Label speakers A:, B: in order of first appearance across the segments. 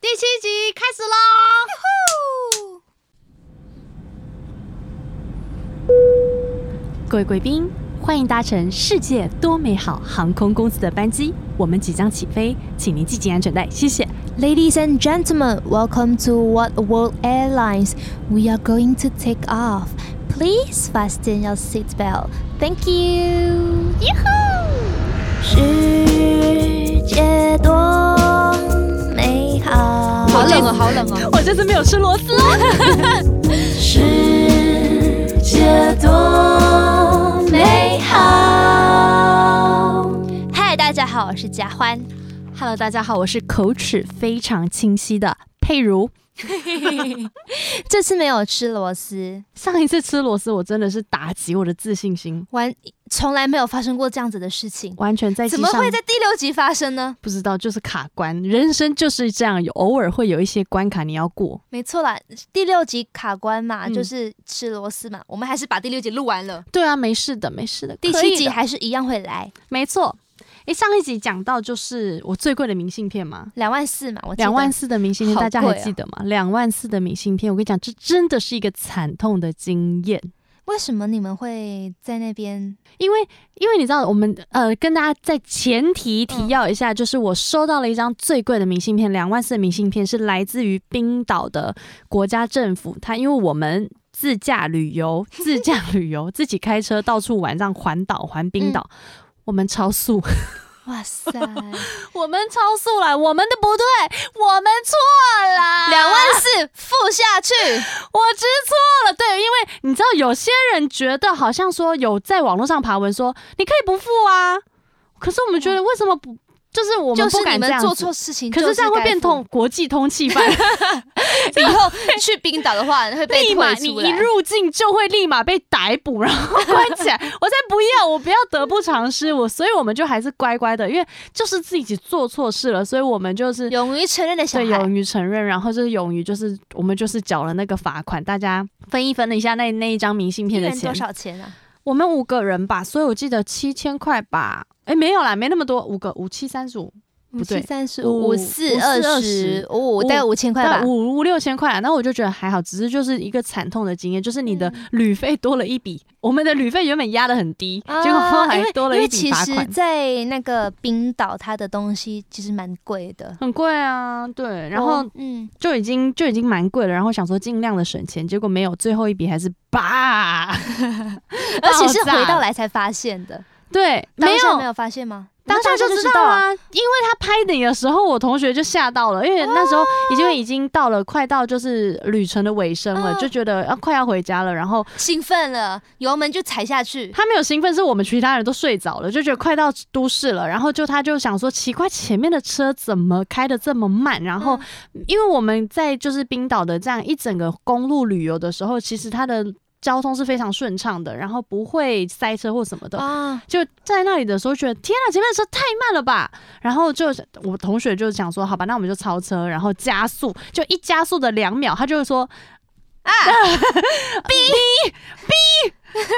A: 第七集开始喽！
B: 各位贵宾，欢迎搭乘世界多美好航空公司的班机，我们即将起飞，请您系紧安全带，谢谢。
C: Ladies and gentlemen, welcome to What World Airlines. We are going to take off. Please fasten your seatbelt. Thank you. 世界多美好，
A: 好冷哦，好冷哦！
B: 我这次没有吃螺丝，
C: 世界多美好。嗨，大家好，我是佳欢。
B: Hello，大家好，我是口齿非常清晰的佩如。
C: 这次没有吃螺丝，
B: 上一次吃螺丝，我真的是打击我的自信心，
C: 完从来没有发生过这样子的事情。
B: 完全在机
C: 怎么
B: 上
C: 会在第六集发生呢？
B: 不知道，就是卡关，人生就是这样，有偶尔会有一些关卡你要过。
C: 没错啦，第六集卡关嘛，
B: 嗯
C: 就是吃螺丝嘛。我们还是把第六集录完了，
B: 对啊，没事的，没事的。
C: 第
B: 可以
C: 七集
B: 的
C: 还是一样会来，
B: 没错。诶，上一集讲到就是我最贵的明信片嘛，
C: 两万四嘛，我记得
B: 两万四的明信片，
C: 好
B: 大家
C: 贵
B: 还
C: 啊
B: 记得吗？两万四的明信片，我跟你讲，这真的是一个惨痛的经验。
C: 为什么你们会在那边？
B: 因为，因为你知道，我们呃，跟大家在前提提要一下，就是我收到了一张最贵的明信片，两万四的明信片是来自于冰岛的国家政府，它因为我们自驾旅游、自驾旅游、自己开车到处玩，这样环岛环冰岛，
C: 嗯
B: 我们超速，
C: 哇塞，两
B: 我们超速了，我们的不对，我们错了，
C: 万四付下去，
B: 我知错了，对，因为你知道有些人觉得好像说有在网络上爬文说你可以不付啊，可是我们觉得为什么不，就是我
C: 就
B: 们不
C: 是你
B: 敢这
C: 们
B: 样
C: 做
B: 子
C: 错。事情，
B: 可
C: 就是
B: 这样会
C: 该
B: 变
C: 付
B: 通。国际通缉犯，
C: 以后去冰岛的话会 被
B: 立马
C: 退
B: 你
C: 出
B: 一
C: 来。
B: 入境就会立马被逮捕，然后关起来。我才不要，我不要得不偿失。我所以我们就还是乖乖的，因为就是自己做错事了，所以我们就是
C: 勇于承认的小
B: 对，勇
C: 孩，
B: 于承认，然后就是勇于就是我们就是缴了那个罚款，大家分一分了一下那那一张明信
C: 一
B: 片的
C: 人
B: 钱
C: 多，少钱啊？
B: 我们五个人吧，所以我记得七千块吧，哎没有啦，没那么多，五个五七三十五，不对
C: 七三十
B: 五
C: 五四
B: 五四
C: 二
B: 二
C: 十
B: 十
C: 五，大概五千块吧
B: 但。五五六千块啦，那我就觉得还好，只是就是一个惨痛的经验，就是你的
C: 嗯
B: 旅费多了一笔，我们的旅费原本压得很低，
C: 啊
B: 结果后来
C: 因为
B: 多了
C: 因为
B: 一
C: 其
B: 笔罚
C: 实，
B: 款。
C: 在那个冰岛，它的东西其实蛮贵的。
B: 很贵啊，对，然后
C: 哦嗯，
B: 就已经就已经蛮贵了，然后想说尽量的省钱，结果没有，最后一笔还是吧，
C: 而且是
B: 爆炸
C: 回到来才发现的，
B: 对，
C: 当
B: 没
C: 下
B: 有
C: 没有发现吗？
B: 当下
C: 你
B: 就
C: 们当
B: 知道
C: 啊。
B: 啊，因为他拍你的时候，我同学就吓到了，因为那时候已经已经到了快到就是旅程的尾声了，
C: 哦
B: 就觉得啊快要回家了。然后
C: 兴奋了，油门就踩下去。
B: 他没有兴奋，是我们其他人都睡着了，就觉得快到都市了。然后就他就想说，奇怪，前面的车怎么开的这么慢？然后因为我们在就是冰岛的这样一整个公路旅游的时候，其实它的交通是非常顺畅的，然后不会塞车或什么的。
C: 啊，
B: 就在那里的时候，觉得天啊，前面的车太慢了吧！然后就我同学就想说，好吧，那我们就超车，然后加速，就一加速的两秒，他就会说 啊，B B，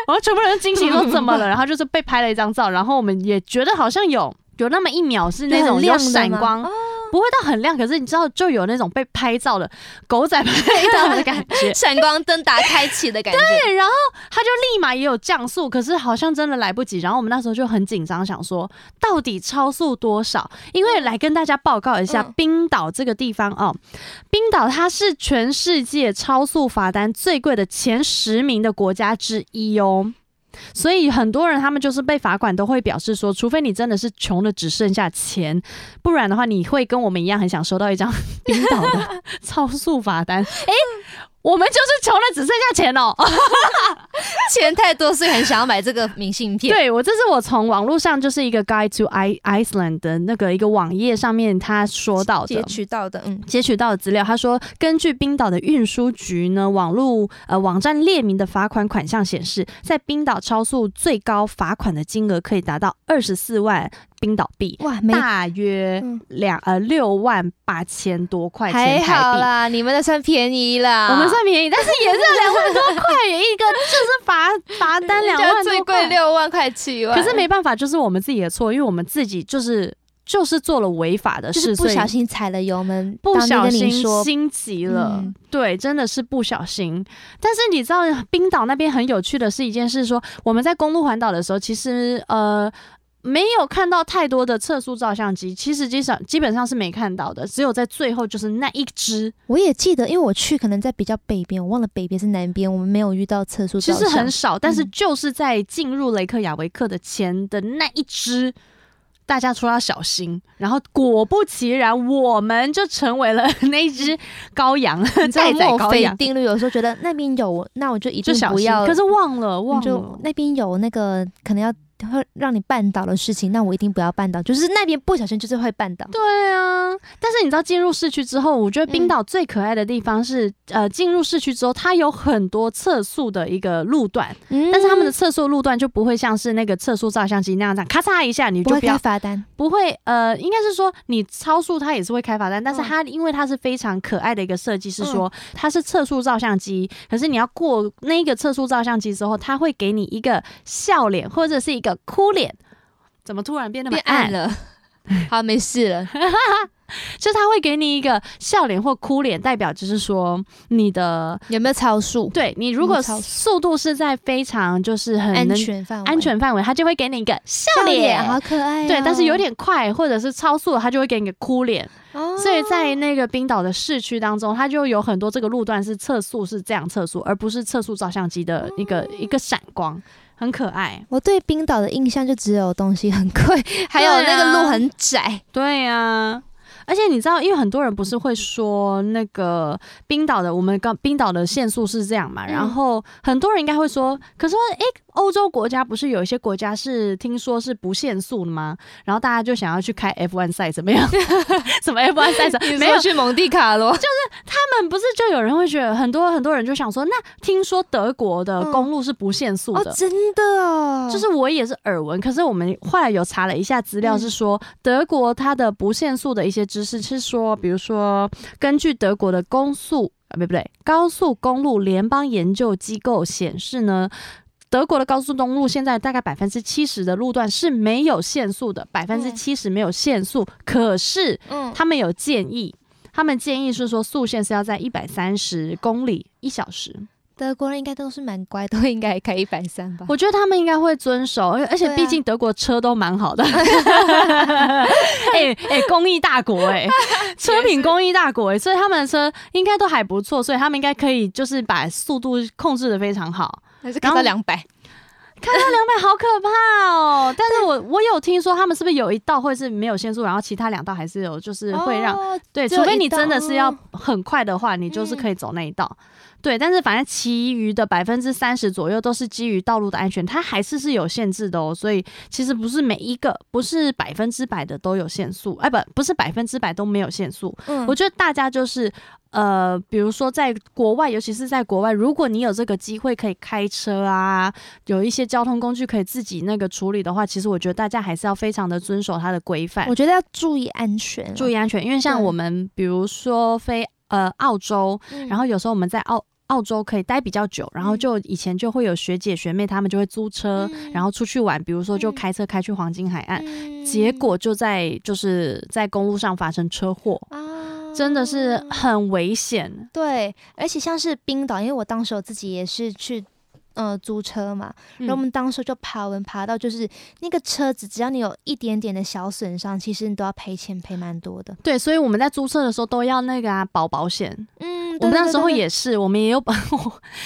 B: 然后全部人都惊醒说怎么了？然后就是被拍了一张照，然后我们也觉得好像有有那么一秒是那
C: 就很
B: 种有
C: 亮的吗
B: 闪光
C: 哦。，
B: 不会到很亮，可是你知道，就有那种被拍照的狗仔拍到的感觉
C: 闪光灯打开启的感觉。
B: 对，然后他就立马也有降速，可是好像真的来不及。然后我们那时候就很紧张，想说到底超速多少？因为来跟大家报告一下，
C: 嗯
B: 冰岛这个地方哦，冰岛它是全世界超速罚单最贵的前十名的国家之一哦。所以很多人他们就是被罚款，都会表示说，除非你真的是穷的只剩下钱，不然的话你会跟我们一样很想收到一张 冰岛的 超速罚单。诶，我们就是穷的只剩下钱哦。
C: 钱太多，所以很想要买这个明信片。
B: 对我，这是我从网络上就是一个 Guide to I Iceland 的那个一个网页上面他说到
C: 截
B: 的。
C: 取到的，嗯，
B: 截取到的资料，他说，根据冰岛的运输局呢网络呃网站列明的罚款款项显示，在冰岛超速最高罚款的金额可以达到二十四万冰岛币，
C: 哇，没
B: 大约
C: 嗯
B: 两呃六万八千多块
C: 还
B: 钱
C: 好
B: 台币。
C: 啦，你们的算便宜啦。
B: 我们算便宜，但是也是两万多块，一个 就是罚罚单两
C: 人家
B: 万多
C: 最
B: 块
C: 贵，六万块七万，
B: 可是没办法，就是我们自己的错，因为我们自己就是。就是做了违法的
A: 就是
B: 事，
A: 不
B: 所以
A: 小心踩了油门，
B: 不
A: 当面
B: 小
A: 跟
B: 心
A: 你说
B: 心急了，
A: 嗯
B: 对，真的是不小心。但是你知道，冰岛那边很有趣的是一件事说我们在公路环岛的时候，其实呃。没有看到太多的测速照相机，其实基本基本上是没看到的，只有在最后就是那一只，
A: 我也记得，因为我去可能在比较北边，我忘了北边是南边，我们没有遇到测速
B: 其
A: 照
B: 实很
A: 相。
B: 少，但是就是在进入雷克雅维克的前的那一只，大家说要小心，然后果不其然，我们就成为了 那一只羔羊，
A: 你知道
B: 待宰
A: 墨
B: 羔
A: 菲
B: 羊。
A: 定律，有时候觉得那边有，我那我就一
B: 就
A: 定
B: 小
A: 不
B: 心，
A: 要。
B: 可是忘了忘
A: 你就
B: 了，
A: 那边有那个可能要会让你绊倒的事情，那我一定不要绊倒。就是那边不小心就是会绊倒。
B: 对啊。但是你知道进入市区之后，我觉得冰
A: 嗯
B: 岛最可爱的地方是，呃，进入市区之后，它有很多测速的一个路段，
A: 嗯
B: 但是他们的测速路段就不会像是那个测速照相机那样，这样咔嚓一下你
A: 不
B: 就
A: 会
B: 不要
A: 开罚单，
B: 不会，呃，应该是说你超速它也是会开罚单，但是
A: 嗯
B: 它因为它是非常可爱的一个设计，是说它是测速照相机，可是你要过那个测速照相机之后，它会给你一个笑脸或者是一个哭脸。怎么突然变那么暗？
A: 了。 好，没事了。
B: 就是它会给你一个笑脸或哭脸，代表就是说你的
A: 有没有超速？
B: 对你如果
A: 嗯超
B: 速度是在非常就是很
A: 安
B: 能
A: 全范围，
B: 安全范围，它就会给你一个笑
A: 笑脸，
B: 脸。
A: 好可爱哦。
B: 对，但是有点快或者是超速了，它就会给你个哭脸。
A: 哦，
B: 所以在那个冰岛的市区当中，它就有很多这个路段是测速是这样测速，而不是测速照相机的一个、一个闪光，很可爱。
A: 我对冰岛的印象就只有东西很 贵，还有那个路很窄。
B: 对啊呀、而且你知道，因为很多人不是会说那个冰岛的，我们刚冰岛的限速是这样嘛，
A: 嗯
B: 然后很多人应该会说，可是诶，欧洲国家不是有一些国家是听说是不限速的吗？然后大家就想要去开 F1 赛，怎么样？ 什么 F1 赛 车？没有
A: 啊去蒙地卡罗，
B: 他们不是就有人会觉得很多很多人就想说，那听说德国的公路是不限速的。
A: 哦，真的哦，
B: 就是我也是耳闻，可是我们后来有查了一下资料，是说、德国它的不限速的一些知识是说，比如说根据德国的公速啊，不不对，高速公路联邦研究机构显示呢，德国的高速公路现在大概百分之七十的路段是没有限速的，百分之七十没有限速，可是
A: 嗯，
B: 他们有建议，他们建议是说速限是要在一百三十公里一小时。
A: 德国人应该都是蛮乖，都应该开一百三吧。
B: 我觉得他们应该会遵守，而而且
A: 对啊
B: 毕竟德国车都 蛮好的。 哎哎，工艺大国 哎、车品工艺大国哎、所以他们的车应该都还不错，所以他们应该可以就是把速度控制的非常好。
A: 还是
B: 开到
A: 两百，
B: 看到两百好可怕 哦！但是我我有听说他们是不是有一道会是没有限速，然后其他两道还是有，就是会让
A: 哦
B: 对，
A: 只
B: 除
A: 有
B: 非
A: 一
B: 你真的
A: 道嗯
B: 是要
A: 哦
B: 很快的话，你就是可以走那一道。对，但是反正其余的百分之三十左右都是基于道路的安全，它还是是有限制的哦。所以其实不是每一个，不是百分之百的都有限速，哎，不，不是百分之百都没有限速。
A: 嗯
B: 我觉得大家就是。呃，比如说在国外，尤其是在国外，如果你有这个机会可以开车啊，有一些交通工具可以自己那个处理的话，其实我觉得大家还是要非常的遵守它的规范。
A: 我觉得要注意安全啊，
B: 注意安全，因为像
A: 对
B: 我们比如说飞呃澳洲，
A: 嗯，
B: 然后有时候我们在澳澳洲可以待比较久，然后
A: 嗯
B: 就以前就会有学姐学妹她们就会租车，
A: 嗯
B: 然后出去玩，比如说就
A: 嗯
B: 开车开去黄金海岸，
A: 嗯
B: 结果就在就是在公路上发生车祸，
A: 啊
B: 真的是很危险。
A: 对，而且像是冰岛，因为我当时我自己也是去。呃，租车嘛，然后我
B: 嗯
A: 们当时就爬文爬到，就是那个车子，只要你有一点点的小损伤，其实你都要赔钱，赔蛮多的。
B: 对，所以我们在租车的时候都要那个啊保保险。
A: 嗯，
B: 我
A: 对对
B: 们那
A: 对
B: 时候
A: 对
B: 也是，我们也有保，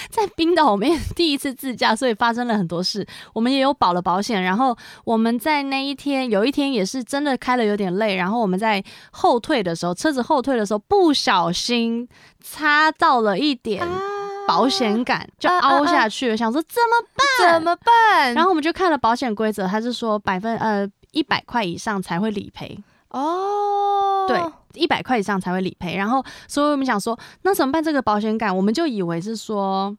B: 在冰岛我们也第一次自驾，所以发生了很多事。我们也有保了保险，然后我们在那一天有一天也是真的开了有点累，然后我们在后退的时候，车子后退的时候不小心擦到了一点
A: 啊
B: 保险杆，就凹下去了，想说怎么
A: 怎么办？
B: 然后我们就看了保险规则，它是说百分呃一百块以上才会理赔。
A: 哦，
B: 对，一百块以上才会理赔。然后，所以我们想说，那怎么办？这个保险杆，我们就以为是说。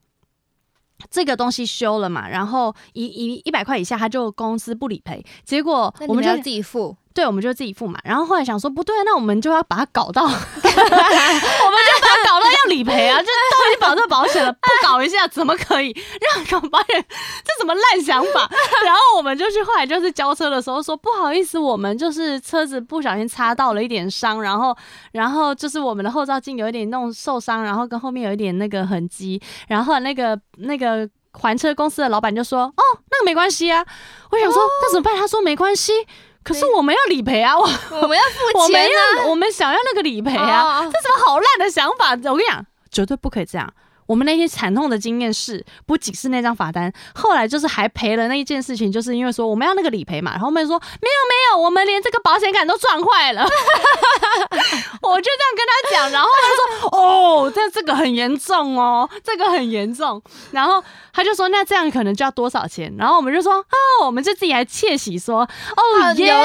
B: 这个东西修了嘛，然后一一一百块以下，他就公司不理赔。结果
A: 那你
B: 我们
A: 们
B: 就
A: 要自己付，
B: 对，我们就自己付嘛。然后后来想说不对，那我们就要把它搞到，我们就把它搞到要理赔啊！这都已经保这保险了，啊不搞一下怎么可以让港巴人？这什么烂想法？然后我们就去，后来就是交车的时候说不好意思，我们就是车子不小心擦到了一点伤，然后然后就是我们的后照镜有一点弄受伤，然后跟后面有一点那个痕迹，然后后来那个那个。还车公司的老板就说：“哦，那个没关系啊。”我想说、那怎么办？他说没关系，可是我们要理赔啊，我
A: 我们要
B: 我
A: 付
B: 们
A: 钱啊！
B: 要我们想要那个理赔啊，
A: 哦
B: 这什么好烂的想法？我跟你讲，绝对不可以这样。我们那天惨痛的经验是，不仅是那张罚单，后来就是还赔了那一件事情，就是因为说我们要那个理赔嘛，然后我们说没有没有，我们连这个保险杆都撞坏 了，我就这样跟他讲，然后 他说哦，但这个很严重哦，这个很严重，然后他就说那这样可能就要多少钱，然后我们就说哦，我们就自己还窃喜说哦
A: 啊
B: 耶，
A: 有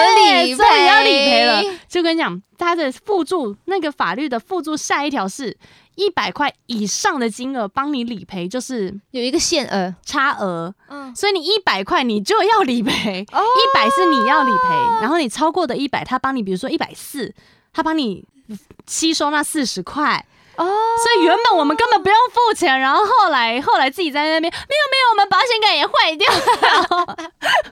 A: 理赔
B: 终于要理赔了，就跟你讲，他的附注那个法律的附注下一条是一百块以上的金额帮你理赔，就是
A: 有一个限额，
B: 差额，
A: 嗯，
B: 所以你一百块你就要理赔，
A: 哦
B: 一百是你要理赔，然后你超过的一百，他帮你，比如说一百四，他帮你吸收那四十块。
A: 哦，
B: 所以原本我们根本不用付钱，然后后来后来自己在那边没有没有，我们保险杆也坏掉了，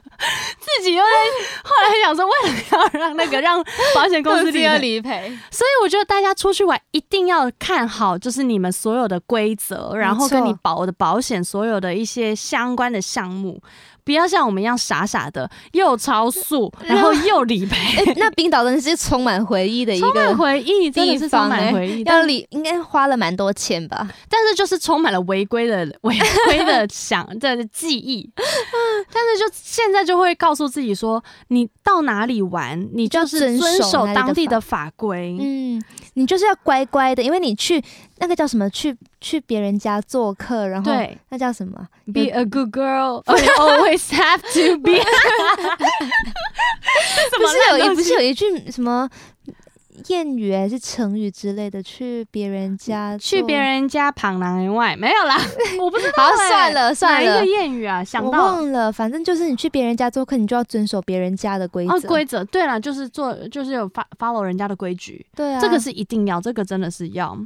B: 自己又在后来还想说，为了不要让那个让保险公司
A: 公司
B: 理
A: 要
B: 赔
A: 理 赔，
B: 所以我觉得大家出去玩一定要看好，就是你们所有的规则，然后跟你保的保险所有的一些相关的项目，不要像我们一样傻傻的又超速，然后又理 赔。
A: 哎，那冰岛真的是充满回忆 的一
B: 哎充满
A: 个
B: 回忆，真的
A: 地
B: 是充
A: 方
B: 满
A: 哎
B: 回忆，，
A: 要
B: 但
A: 理应该花了蛮多钱吧？
B: 欸但是就是充满了违规的 违规的想的记 忆，但是就现在就会告诉自己说，你到哪里玩，你
A: 就要
B: 就是
A: 遵
B: 遵
A: 守
B: 守
A: 那里的
B: 当地
A: 法
B: 的法规，
A: 嗯，你就是要乖乖的，因为你去那个叫什么，去去别人家做客，然后
B: 对
A: 那叫什么啊？
B: Be a good girl, but you always have to be 这
A: 不
B: 么烂
A: 是有
B: 东
A: 一不
B: 西
A: 是有一句什么谚语啊还是成语之类的，去别人家
B: 去
A: 做
B: 别。人家旁人员外没有啦， 我不知道、
A: 好
B: 欸。，
A: 算，了
B: 哪
A: 算
B: 一
A: 了
B: 个，谚语啊？想
A: 我
B: 到
A: 忘了，反正就是你去别人家做客，你就要遵守别人家的规
B: 哦，
A: 则。
B: 规则。对了，就是做，就是有 fo- follow 人家的规矩，
A: 对啊，
B: 这个是一定要，这个真的是要。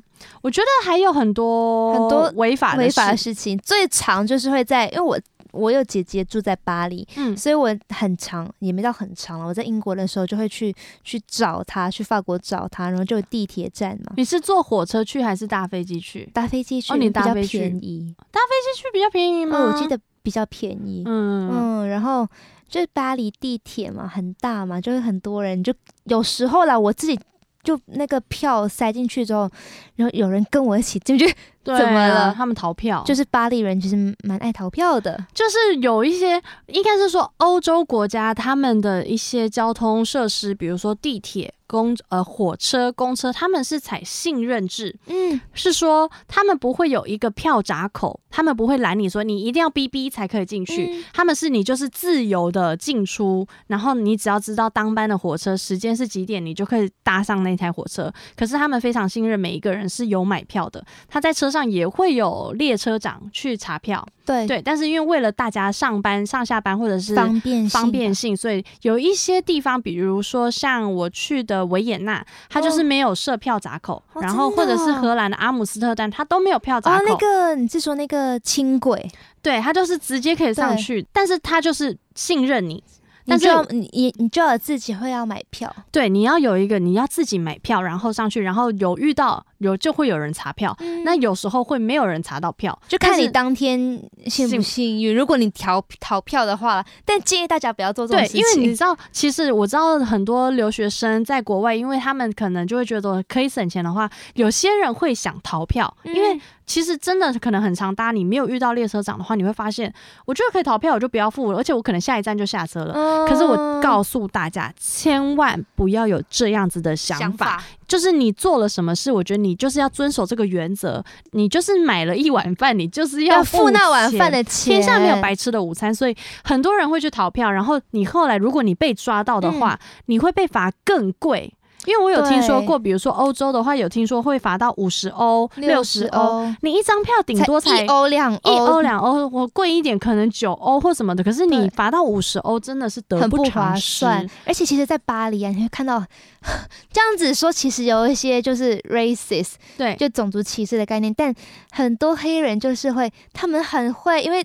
B: 我觉得还有很多
A: 很多
B: 违法的
A: 违法的
B: 事，
A: 事情，最常就是会在，因为我我有姐姐住在巴黎，
B: 嗯，
A: 所以我很长，也没到很长了。我在英国的时候就会去去找他，去法国找他，然后就有地铁站嘛，
B: 你是坐火车去还是搭飞机去？
A: 搭飞机去，
B: 嗯哦你搭
A: 比较
B: 飞嗯去
A: 便宜。
B: 飞机去比较便宜吗？
A: 哦，我记，得比较便宜。
B: 嗯，
A: 嗯，然后就是巴黎地铁嘛，很大嘛，就是很多人，就有时候啦，我自己就那个票塞进去之后，然后有人跟我一起进去，
B: 对
A: 怎么
B: 啊
A: 了
B: 他们逃票，
A: 就是巴黎人其实蛮爱逃票的。
B: 就是有一些，应该是说欧洲国家他们的一些交通设施，比如说地铁、公呃火车、公车，他们是采信任制，
A: 嗯，
B: 是说他们不会有一个票闸口，他们不会拦你说你一定要逼逼才可以进
A: 嗯
B: 去，他们是你就是自由的进出，然后你只要知道当班的火车时间是几点，你就可以搭上那台火车。可是他们非常信任每一个人是有买票的，他在车上也会有列车长去查票。
A: 对，
B: 对，但是因为为了大家上班、上下班或者是
A: 哎方便
B: 方
A: 性哦
B: 便性，所以有一些地方，比如说像我去的维也纳，它就是
A: 哦
B: 没有设票闸口，
A: 哦
B: 然后
A: 真
B: 或者
A: 的
B: 是
A: 哦
B: 荷兰的阿姆斯特丹，它都没有票闸
A: 哦
B: 口，，
A: 那个你是说那个轻轨？
B: 对，它就是直接可以上
A: 对
B: 去，但是它就是信任你。但
A: 你
B: 是
A: 就要你你你就要自己会要买票，
B: 对，你要有一个，你要自己买票，然后上去，然后有遇到有就会有人查
A: 嗯
B: 票，那有时候会没有人查到票，
A: 就
B: 嗯但
A: 看你
B: 是
A: 当天幸
B: 幸
A: 不幸运。如果你逃逃票的话，但建议大家不要做这种
B: 对
A: 事，情。
B: 因为你知道，其实我知道很多留学生在国外，因为他们可能就会觉得可以省钱的话，有些人会想逃票，因为
A: 嗯
B: 其实真的可能很常搭，你没有遇到列车长的话，你会发现，我觉得可以逃票，我就不要付了，而且我可能下一站就下车了。
A: 嗯
B: 可是我告诉大家，千万不要有这样子的想法，
A: 想法
B: 就是你做了什么事，我觉得你就是要遵守这个原则，你就是买了一碗饭，你就是
A: 要
B: 付
A: 付那碗
B: 钱
A: 饭的钱，
B: 天下没有白吃的午餐，所以很
A: 嗯
B: 多人会去逃票。然后你后来，如果你被抓到的话，你会被罚更贵。因为我有听说
A: 对
B: 过，比如说欧洲的话，有听说会罚到五十欧、六十欧，
A: 欧，
B: 你一张票顶多才
A: 一欧两
B: 一欧
A: 欧，
B: 两欧，我贵一点可能九欧或什么的，可是你
A: 对
B: 罚到五十欧真的是得
A: 很不
B: 偿
A: 划
B: 失。
A: 算。而且其实，在巴黎啊，你会看到 这样子说，其实有一些就是 racist，
B: 对，
A: 就种族歧视的概念，但很多黑人就是会，他们很会，因为。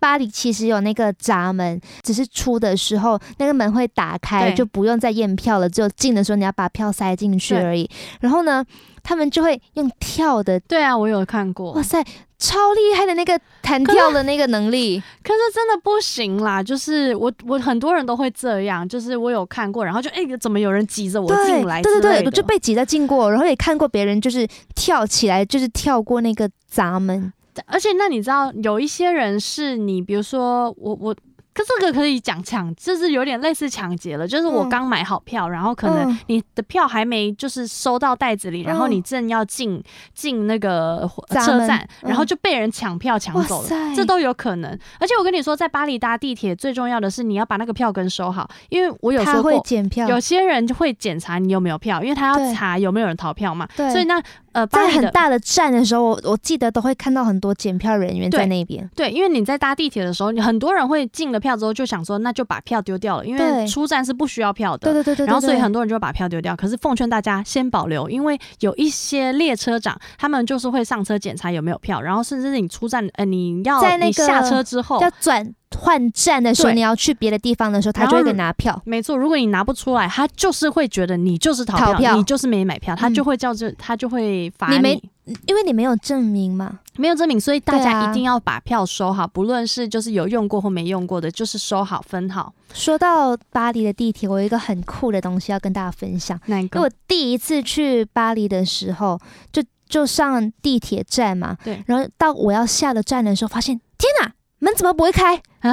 A: 巴黎其实有那个闸门，只是出的时候那个门会打开，
B: 对
A: 就不用再验票了。只有进的时候你要把票塞进去
B: 对
A: 而已。然后呢，他们就会用跳的
B: 对啊，我有看过
A: 哇。塞，超厉害的那个弹
B: 可是
A: 跳的那个能力，
B: 可是真的不行啦，就是我我很多人都会这样，就是我有看过，然后就哎、怎么有人挤着我进
A: 对
B: 来之类的？
A: 对对，我就被挤在进过，然后也看过别人就是跳起来，就是跳过那个闸门，
B: 而且那你知道有一些人是你，比如说我我。可这个可以讲抢，就是有点类似抢劫了。就是我
A: 嗯
B: 刚买好票，然后可能
A: 嗯
B: 你的票还没就是收到袋子里，然后
A: 嗯
B: 你正要进进那个火
A: 闸
B: 车
A: 门
B: 站，然后
A: 嗯
B: 就被人抢票抢
A: 哇
B: 走了。
A: 塞，
B: 这都有可能，而且我跟你说，在巴黎搭地铁最重要的是你要把那个票根收好，因为我有
A: 他
B: 说
A: 会
B: 过，
A: 检票，
B: 有些人就会检查你有没有票，因为他要
A: 对
B: 查有没有人逃票嘛。
A: 对
B: 所以那呃，巴
A: 在
B: 黎
A: 很
B: 的
A: 大的站的时候，我我记得都会看到很多检票人员
B: 对
A: 在那边，
B: 对，因为你在搭地铁的时候，你很多人会进了票之后就想说，那就把票丢掉了，因为
A: 对
B: 出站是不需要票
A: 对
B: 的。
A: 对对对，
B: 然后，所以
A: 对
B: 很多人就会把票丢掉。可是奉劝大家先保留，因为有一些列车长，他们就是会上车检查有没有票，然后甚至是你出站，呃，你要
A: 在那
B: 你下
A: 个
B: 车之后，
A: 要转换站的时候，
B: 对
A: 你要去别的地方的时候，他
B: 然
A: 就会
B: 后
A: 给你拿票，
B: 没错，如果你拿不出来，他就是会觉得你就是逃
A: 逃票
B: 你就是没买票，他
A: 嗯
B: 就会叫这，他就会罚
A: 你没因为你没有证明嘛，
B: 没有证明，所以大
A: 对
B: 家
A: 啊
B: 一定要把票收好，不论是就是有用过或没用过的，就是收好分好。
A: 说到巴黎的地铁，我有一个很酷的东西要跟大家分享。
B: 那
A: 因为
B: 个
A: 我第一次去巴黎的时候，就就上地铁站嘛，
B: 对
A: 然后到我要下的站的时候，发现天哪，门怎么不会开？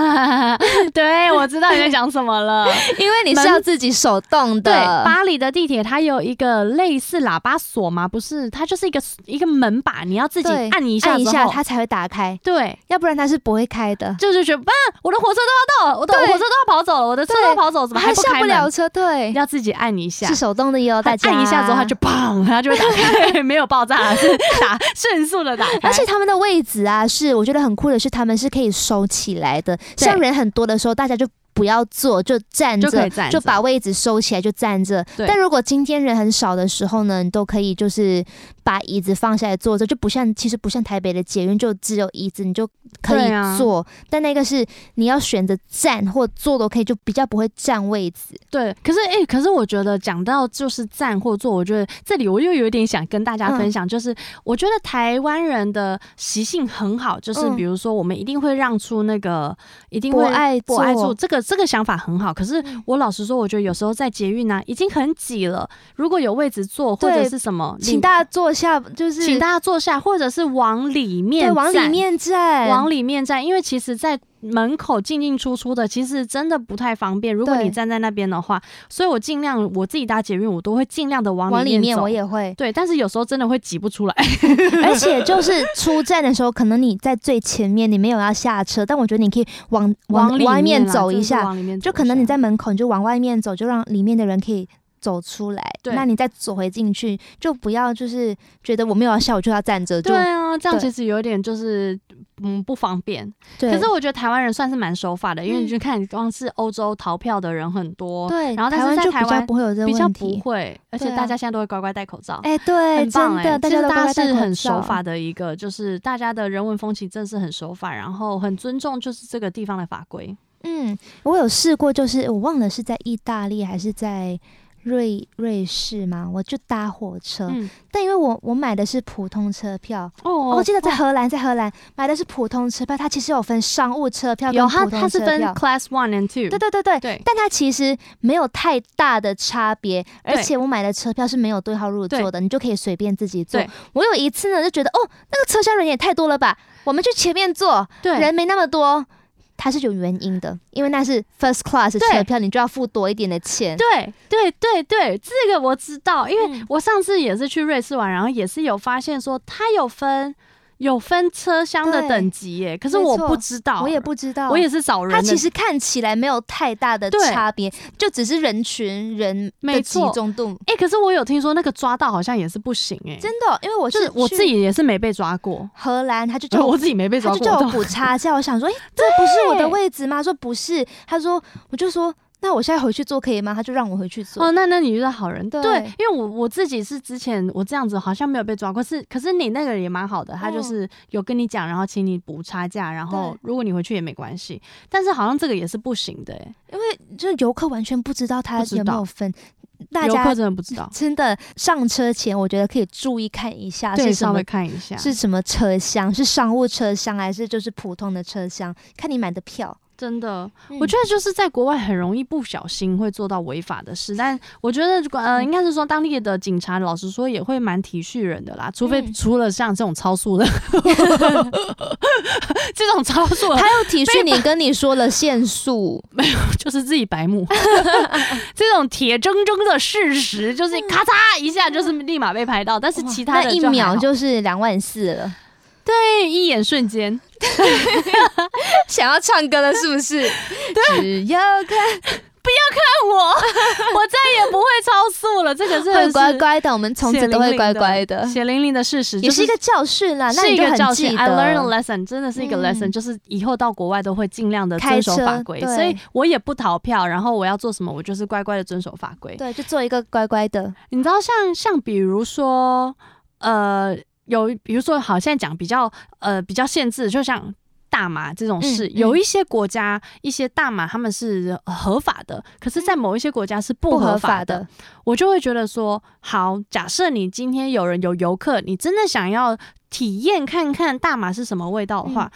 B: 对，我知道你在讲什么了。
A: 因为你
B: 门
A: 是要自己手动
B: 对，
A: 的，
B: 巴黎的地铁它有一个类似喇叭锁吗？不是，它就是一个一个门把，你要自己
A: 对
B: 按一下
A: 按一
B: 之
A: 下
B: 后
A: 它才会打开，
B: 对，
A: 要不然它是不会开的。
B: 就是觉得啊，我的火车都要到了，我的
A: 对
B: 火车都要跑走了，我的车
A: 对
B: 都要跑走，怎么还不
A: 下
B: 开
A: 不了
B: 门？
A: 车，对，
B: 要自己按一下
A: 是。手动的哟，
B: 它
A: 大家
B: 按一下之后，它就。砰，它就会打开， 没有爆炸，是打 迅速的打开。
A: 而且他们的位置啊，是我觉得很酷的是，他们是可以收起来的。像人很多的时候，大家就不要坐，就站
B: 就可
A: 着
B: 以，站着
A: 就把位置收起来，就站着。
B: 对
A: 但如果今天人很少的时候呢，你都可以就是把椅子放下来坐着，就不像其实不像台北的捷运就只有椅子，你就可
B: 对啊
A: 以坐。但那个是你要选择站或坐都可以，就比较不会占位置。
B: 对，可是哎、可是我觉得讲到就是站或坐，我觉得这里我又有一点想跟大家
A: 嗯
B: 分享，就是我觉得台湾人的习性很好，就是
A: 嗯
B: 比如说我们一定会让出那个，一定
A: 博
B: 会
A: 爱嗯
B: 博爱
A: 座
B: 座，这个这个想法很好。可是我老实说，我觉得有时候在捷运呢、啊已经很挤了，如果有位置坐或
A: 对
B: 者是什么，
A: 请大家坐下，就是
B: 请大家坐下，或者是往里面
A: 对往里
B: 站
A: 面站，
B: 往里面站，因为其实，在门口进进出出的，其实真的不太方便。如果
A: 对
B: 你站在那边的话，所以我尽量我自己搭捷运，我都会尽量的往
A: 往里面
B: 走
A: 我也会。
B: 对，但是有时候真的会挤不出来。
A: 而且就是出站的时候，可能你在最前面，你没有要下车，但我觉得你可以往往
B: 里
A: 外面
B: 啊
A: 走
B: 真
A: 一
B: 的是
A: 下，
B: 往里面走
A: 就
B: 一
A: 可能你
B: 下
A: 在门口你就往外面走，就让里面的人可以走出来。
B: 对
A: 那你再走回进去，就不要就是觉得我没有要下，我就要站着，就
B: 对啊，这样
A: 对
B: 其实有点就是嗯不方便。
A: 对。
B: 可是我觉得台湾人算是蛮守法的，因为
A: 嗯
B: 你就看你光是欧洲逃票的人很多，
A: 对，
B: 然后但
A: 台
B: 是
A: 湾
B: 在
A: 就
B: 台
A: 比较
B: 湾
A: 不会有这个
B: 比较
A: 问
B: 不
A: 题。
B: 会，而且
A: 对啊
B: 大家现在都会乖乖戴口罩。
A: 哎，对，
B: 很
A: 真
B: 棒
A: 的，
B: 哎，
A: 大
B: 其
A: 家
B: 实
A: 都乖
B: 大
A: 乖
B: 家
A: 戴
B: 是
A: 口
B: 很啊守
A: 罩
B: 法的一个，就是大家的人文风情真的是很守法，然后很尊重就是这个地方的法规。
A: 嗯，我有试过，就是我忘了是在意大利还是在瑞瑞士嘛，我就搭火车，
B: 嗯，
A: 但因为我我买的是普通车票，
B: 哦，
A: 我记得在
B: 哦
A: 荷兰，在荷兰买的是普通车票，它其实有分商务车票
B: 有
A: 跟
B: 它
A: 普通车票，
B: 它是分 Class One and Two，
A: 对对对对，
B: 对
A: 但它其实没有太大的差别，而
B: 对
A: 且我买的车票是没有对号入座的，你就可以随便自己坐
B: 对。
A: 我有一次呢就觉得哦，那个车厢人也太多了吧，我们去前面坐，
B: 对
A: 人没那么多。它是有原因的，因为那是 first class 的
B: 对
A: 车票，你就要付多一点的钱。
B: 对对对对，这个我知道，因为
A: 嗯
B: 我上次也是去瑞士玩，然后也是有发现说它有分。有分车厢的
A: 对
B: 等级耶，可是
A: 没
B: 我
A: 错
B: 不知道，
A: 我也，不知道，
B: 我也是找人
A: 它
B: 的。
A: 其实看起来没有太大的
B: 对
A: 差别，就只是人群人的
B: 没
A: 集
B: 错
A: 中度。
B: 哎、可是我有听说那个抓到好像也是不行哎，
A: 真的，因为我
B: 就是是我
A: 去
B: 自己也是没被抓过，
A: 荷兰， 他就叫
B: 就
A: 我
B: 我自己没被抓
A: 他
B: 过
A: 就。叫
B: 我
A: 我
B: 懂
A: 补差价，我想说，哎、这不是我的位置吗？他说不是，他说，我就说，那我现在回去做可以吗？他就让我回去做。
B: 哦，那那你遇到好人
A: 对
B: 对，因为我我自己是之前我这样子好像没有被抓过，是可是你那个也蛮好的，他就
A: 嗯
B: 是有跟你讲，然后请你补差价，然后
A: 对
B: 如果你回去也没关系，但是好像这个也是不行的、欸，
A: 因为就是游客完全不知道他
B: 不知
A: 有没
B: 道
A: 有分，大
B: 游
A: 家，
B: 客真的不知道
A: 真的上车前，我觉得可以注意看一下
B: 对，
A: 是什
B: 稍
A: 么
B: 微。看一下，
A: 是什么车厢？是商务车厢还是就是普通的车厢？看你买的票。
B: 真的，我
A: 嗯
B: 觉得就是在国外很容易不小心会做到违法的事，但我觉得呃，
A: 嗯
B: 应该是说当地的警察，老实说也会蛮体恤人的啦，除非
A: 嗯
B: 除了像这种超 速的，这种超速 的
A: 他又体恤你，跟你说了限速，
B: 就是自己 白目，这种铁铮铮的事实就是咔嚓一下就是立马被拍到，但是
A: 嗯哇
B: 其他的
A: 那一
B: 还好
A: 秒就是两万四了。
B: 对一眼瞬 间，
A: 想要唱歌了是不 是？只
B: 啊
A: 要看
B: 但我 我再也不会超速了，这个真的
A: 会
B: 是
A: 乖乖的，我们从此都会乖乖的，
B: 血淋淋的事实，
A: 也是一
B: 就
A: 个教训啦。那
B: 是
A: 你
B: 一
A: 就
B: 个教
A: 很记
B: 训
A: 得。
B: ，I learned a lesson，真的是一个
A: 嗯
B: lesson，、就是以后到国外都会尽量的
A: 开
B: 遵守
A: 车
B: 法规，
A: 对
B: 所以我也不逃票，然后我要做什么，我就是乖乖的遵守法规。
A: 对，就做一个乖乖的。
B: 你知道像像比如说，呃，有比如说好，现在讲比较呃比较限制，就像。大麻这种事，
A: 嗯嗯
B: 有一些国家一些大麻他们是呃合法的，可是，在某一些国家是不合法的。，我就会觉得说，好，假设你今天有人有游客，你真的想要体验看看大麻是什么味道的话，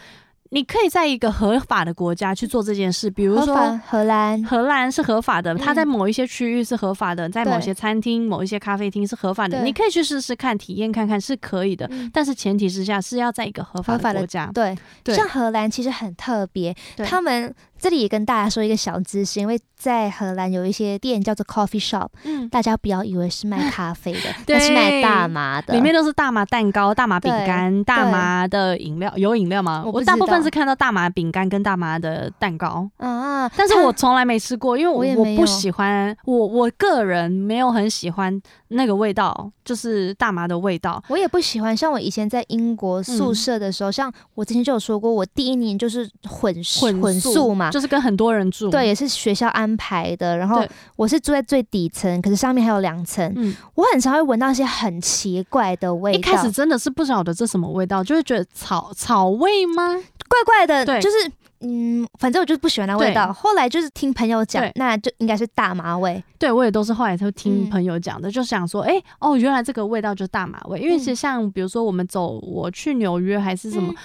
B: 你可以在一个合法的国家去做这件事，比如
A: 合法
B: 说。
A: 荷兰，
B: 荷兰是合法的，它
A: 嗯
B: 在某一些区域是合法的，在某
A: 对
B: 些餐厅、某一些咖啡厅是合法的，
A: 对
B: 你可以去试试看、体验看看是可以的，
A: 嗯
B: 但是前提之下是要在一个合法
A: 合法
B: 的
A: 的
B: 国家。
A: 对，
B: 对
A: 像荷兰其实很特别，
B: 对
A: 他们这里也跟大家说一个小知识，因为在荷兰有一些店叫做 coffee shop，
B: 嗯，
A: 大家不要以为是卖咖啡的，
B: 对
A: 那是卖大麻的。
B: 里面都是大麻蛋糕、大麻饼
A: 对
B: 干、大麻的饮料，有饮料吗？
A: 我不
B: 我大
A: 知
B: 部分
A: 道
B: 是看到大麻饼干跟大麻的蛋糕。
A: 啊，
B: 但是
A: 它
B: 我从来没吃过，因为
A: 我也
B: 我
A: 没有
B: 不喜欢，我我个人没有很喜欢那个味道，就是大麻的味道。
A: 我也不喜欢，像我以前在英国宿舍的时候，像我之前就有说过，我第一年就是混宿
B: 混
A: 混宿嘛，
B: 就是跟很多人住。
A: 对，，也是学校安排的。然后
B: 对
A: 我是住在最底层，可是上面还有两层，
B: 嗯，
A: 我很常会闻到一些很奇怪的味
B: 一
A: 道，
B: 开始真的是不晓得这什么味道，就会觉得草草味吗？
A: 怪怪的，
B: 对
A: 就是嗯，反正我就是不喜欢那味道。
B: 对
A: 后来就是听朋友讲
B: 对，
A: 那就应该是大麻味，
B: 对我也都是后来才听
A: 嗯
B: 朋友讲的，就想说，哎、哦，原来这个味道就是大麻味。因为
A: 嗯
B: 其实像比如说我们走，我去纽约还是什么，
A: 嗯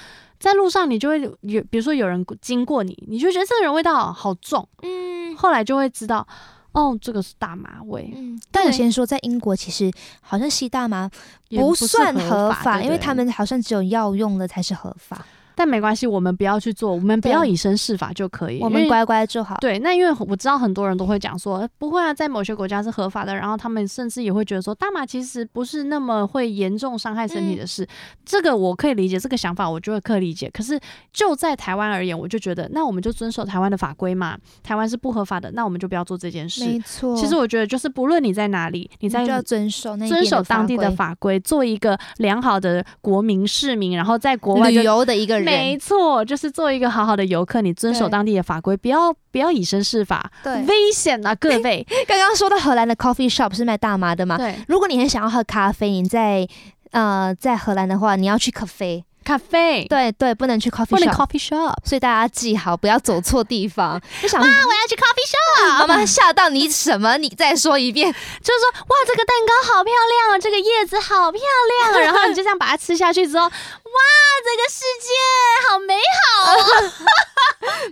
B: 在路上你就会有，比如说有人经过你，你就觉得这个人味道好重，
A: 嗯。
B: 后来就会知道，哦，这个是大麻味。
A: 嗯，但我
B: 对
A: 先说，在英国其实好像吸大麻
B: 也不是
A: 算合
B: 对
A: 因为
B: 对
A: 他们好像只有药用的才是合法。
B: 但没关系，我们不要去做，我们不
A: 对
B: 要以身试法就可以。
A: 我
B: 因
A: 们
B: 为
A: 乖乖就好。
B: 对，那因为我知道很多人都会讲说，呃不会啊，在某些国家是合法的，然后他们甚至也会觉得说，大麻其实不是那么会严重伤害
A: 嗯
B: 身体的事，这个我可以理解，这个想法我就会可以理解。可是就在台湾而言，我就觉得，那我们就遵守台湾的法规嘛，台湾是不合法的，那我们就不要做这件事。
A: 没错，
B: 其实我觉得，就是不论你在哪里，你
A: 你
B: 在
A: 就要遵守那一边
B: 遵守当地的
A: 法
B: 法规，做一个良好的国民市民，然后在国
A: 规
B: 外就
A: 旅游的一个
B: 没
A: 人，
B: 错，就是做一个好好的游客，你遵守
A: 对
B: 当地的法规，不要不要以身试法，
A: 对。
B: 危险啊，各位。
A: 刚刚说到荷兰的 coffee shop 是卖大麻的嘛？
B: 对，
A: 如果你很想要喝咖啡，你在呃在荷兰的话，你要去 cafe，
B: 咖啡，
A: 对对，不能去 coffee
B: 不能
A: shop。
B: coffee shop。
A: 所以大家记好，不要走错地 方。就想，我要去 coffee shop。妈妈吓到你什么？你再说一遍。
B: 就是说，哇，这个蛋糕好漂亮哦，这个叶子好漂 亮哦，然后你就这样把它吃下去之后，哇，这个世界好美啊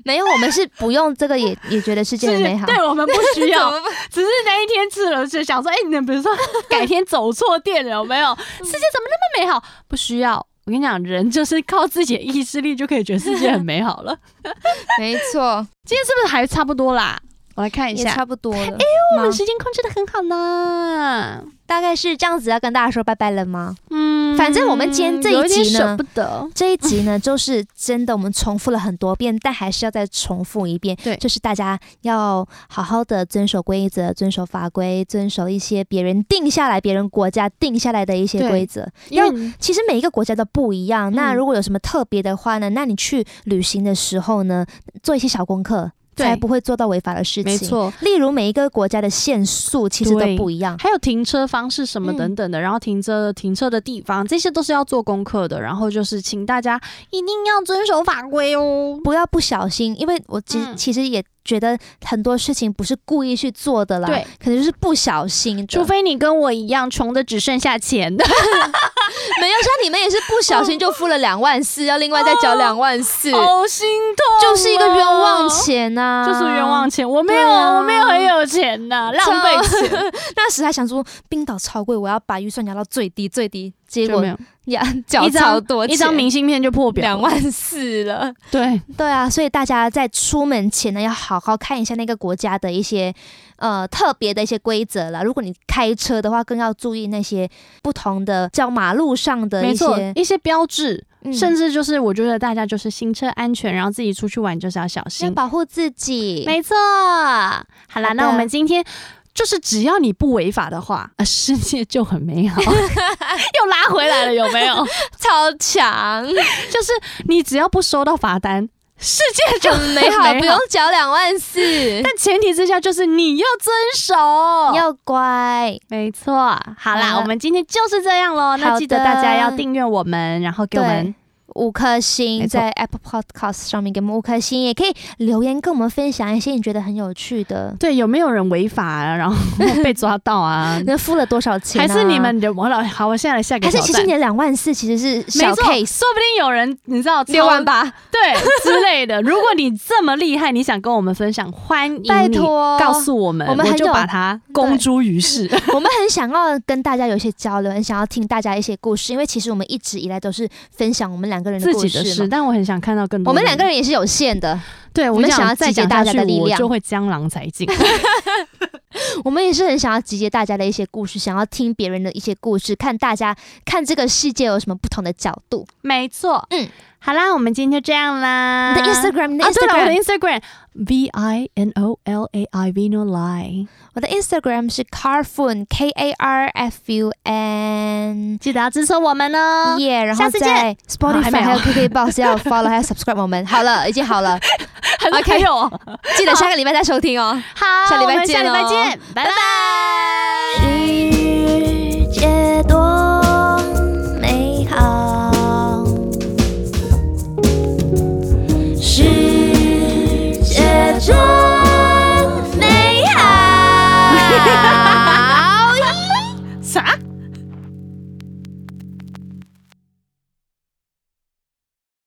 A: 没有，我们是不用这个也也觉得世界
B: 好，
A: 很美好。
B: 对我们不 需
A: 怎
B: 要
A: 么，办
B: 只是那一天吃了，就想说，哎、你们比如说改天走错店了，有没
A: 嗯
B: 有？世界怎么那么美好？不需要。我跟你讲，人就是靠自己的意志力就可以觉得世界很美好了。
A: 没错，
B: 今天是不是还差不多啦？我来看一
A: 也
B: 下，
A: 差不多了。哎
B: 我们时间控制的很好呢。
A: 大概是这样子，要跟大家说拜拜了吗？
B: 嗯，
A: 反正我们今天这
B: 有
A: 一
B: 点
A: 集呢
B: 舍不，得。
A: 这一集 呢，就是真的我们重复了很多遍，但还是要再重复一遍。
B: 对
A: 就是大家要好好的遵守规则、遵守法规、遵守一些别人定下来、别人国家定下来的一些
B: 对
A: 规则。
B: 因为
A: 要其实每一个国家都不一样。那
B: 嗯
A: 如果有什么特别的话呢？那你去旅行的时候呢，做一些小功课，
B: 对
A: 才不会做到违法的事情。
B: 没，错，
A: 例如每一个国家的限速其实都
B: 对
A: 不一样。
B: 还有停车方式什么
A: 嗯
B: 等等的，然后停车停车的地方，这些都是要做功课的。然后就是请大家一定要遵守法规哦。
A: 不要不小心，因为我其实、
B: 嗯
A: 其实也觉得很多事情不是故意去做的啦，
B: 对，
A: 可能就是不小心的。
B: 除非你跟我一样穷的只剩下钱，
A: 没有像你们也是不小心就付了两万 四，要另外再交两万四，
B: 好心痛哦，
A: 就是一个冤枉钱啊呐、
B: 就是冤枉。钱，我没
A: 对
B: 有，
A: 啊
B: 我没有很有钱呐、浪费钱，
A: 那时还想说冰岛超贵，我要把预算压到最低最低，结果
B: 有
A: 呀缴超多钱
B: 一张明信片就破表
A: 两，万四了。
B: 对，
A: 对啊，所以大家在出门前呢，要好好看一下那个国家的一些呃特别的一些规则啦。如果你开车的话，更要注意那些不同的叫马路上的
B: 没
A: 一
B: 错，
A: 些，
B: 一些标志，
A: 嗯
B: 甚至就是我觉得大家就是行车安全，然后自己出去玩就是要小
A: 要
B: 心。
A: 保护自己。
B: 没错，好啦，
A: 好的
B: 那我们今天。就是只要你不违法的话，呃世界就很美 好。又拉回来了，有没有？
A: 超强，
B: 就是你只要不收到罚单，世界就
A: 很美 好，
B: 美好
A: 不用缴两万四，
B: 但前提之下就是你要遵守，
A: 要乖。
B: 没错。好啦，
A: 好了
B: 我们今天就是这样喽。
A: 好
B: 那
A: 的
B: 记得大家要订阅我们，然后给我们
A: 五颗
B: 没
A: 星
B: 错
A: 在 Apple Podcast 上面给我们五颗星，也可以留言跟我们分享一些你觉得很有趣的。
B: 对有没有人违法、啊，然后 被抓到 啊？
A: 那付了多少钱、啊？
B: 还是你们的我老好，我现在来下个
A: 还
B: 挑
A: 是
B: 战。
A: 其实你的两万四其实是
B: 没
A: 小
B: 错，
A: case，
B: 说不定有人你知道超
A: 八，
B: 对之类的。如果你这么厉害，你想跟我们分享，欢迎你
A: 拜托
B: 告诉我们，
A: 我们很
B: 就
A: 有
B: 把它公诸于世。
A: 我们很想要跟大家有一些交流，很想要听大家一些故事，因为其实我们一直以来都是分享我们两个人
B: 自
A: 故
B: 己
A: 事
B: 的事，
A: 嘛。
B: 但我很想看到更多。
A: 我们两个人也是有限的，
B: 对
A: 我们
B: 想
A: 想要
B: 再
A: 集结
B: 讲
A: 大
B: 下
A: 家
B: 去，
A: 的力
B: 我
A: 量
B: 就会江郎才 尽。
A: 我们也是很想要集结大家的一些故事，想要听别人的一些故事，看大家看这个世界有什么不同的角度。
B: 没错，
A: 嗯，
B: 好啦，我们今天就这样啦。
A: 你的 Instagram，你的
B: 啊，对了，我的
A: Instagram，、
B: Instagram V I N O L A I V No Lie，
A: 我的 Instagram 是 Carfun K A R F U N。
B: 记得要支持我们哦。
A: 耶然
B: 下
A: 后
B: 次
A: 在
B: 见啊
A: Spotify
B: 还没有
A: 哦还有 KKBox 要 follow 还有 subscribe 我们。好了，已经好 了，
B: 还
A: OK
B: 有，
A: 记得下个礼拜再收听哦。
B: 好，
A: 下礼拜
B: 我们下
A: 见
B: 礼拜
A: 哦
B: 见，拜拜。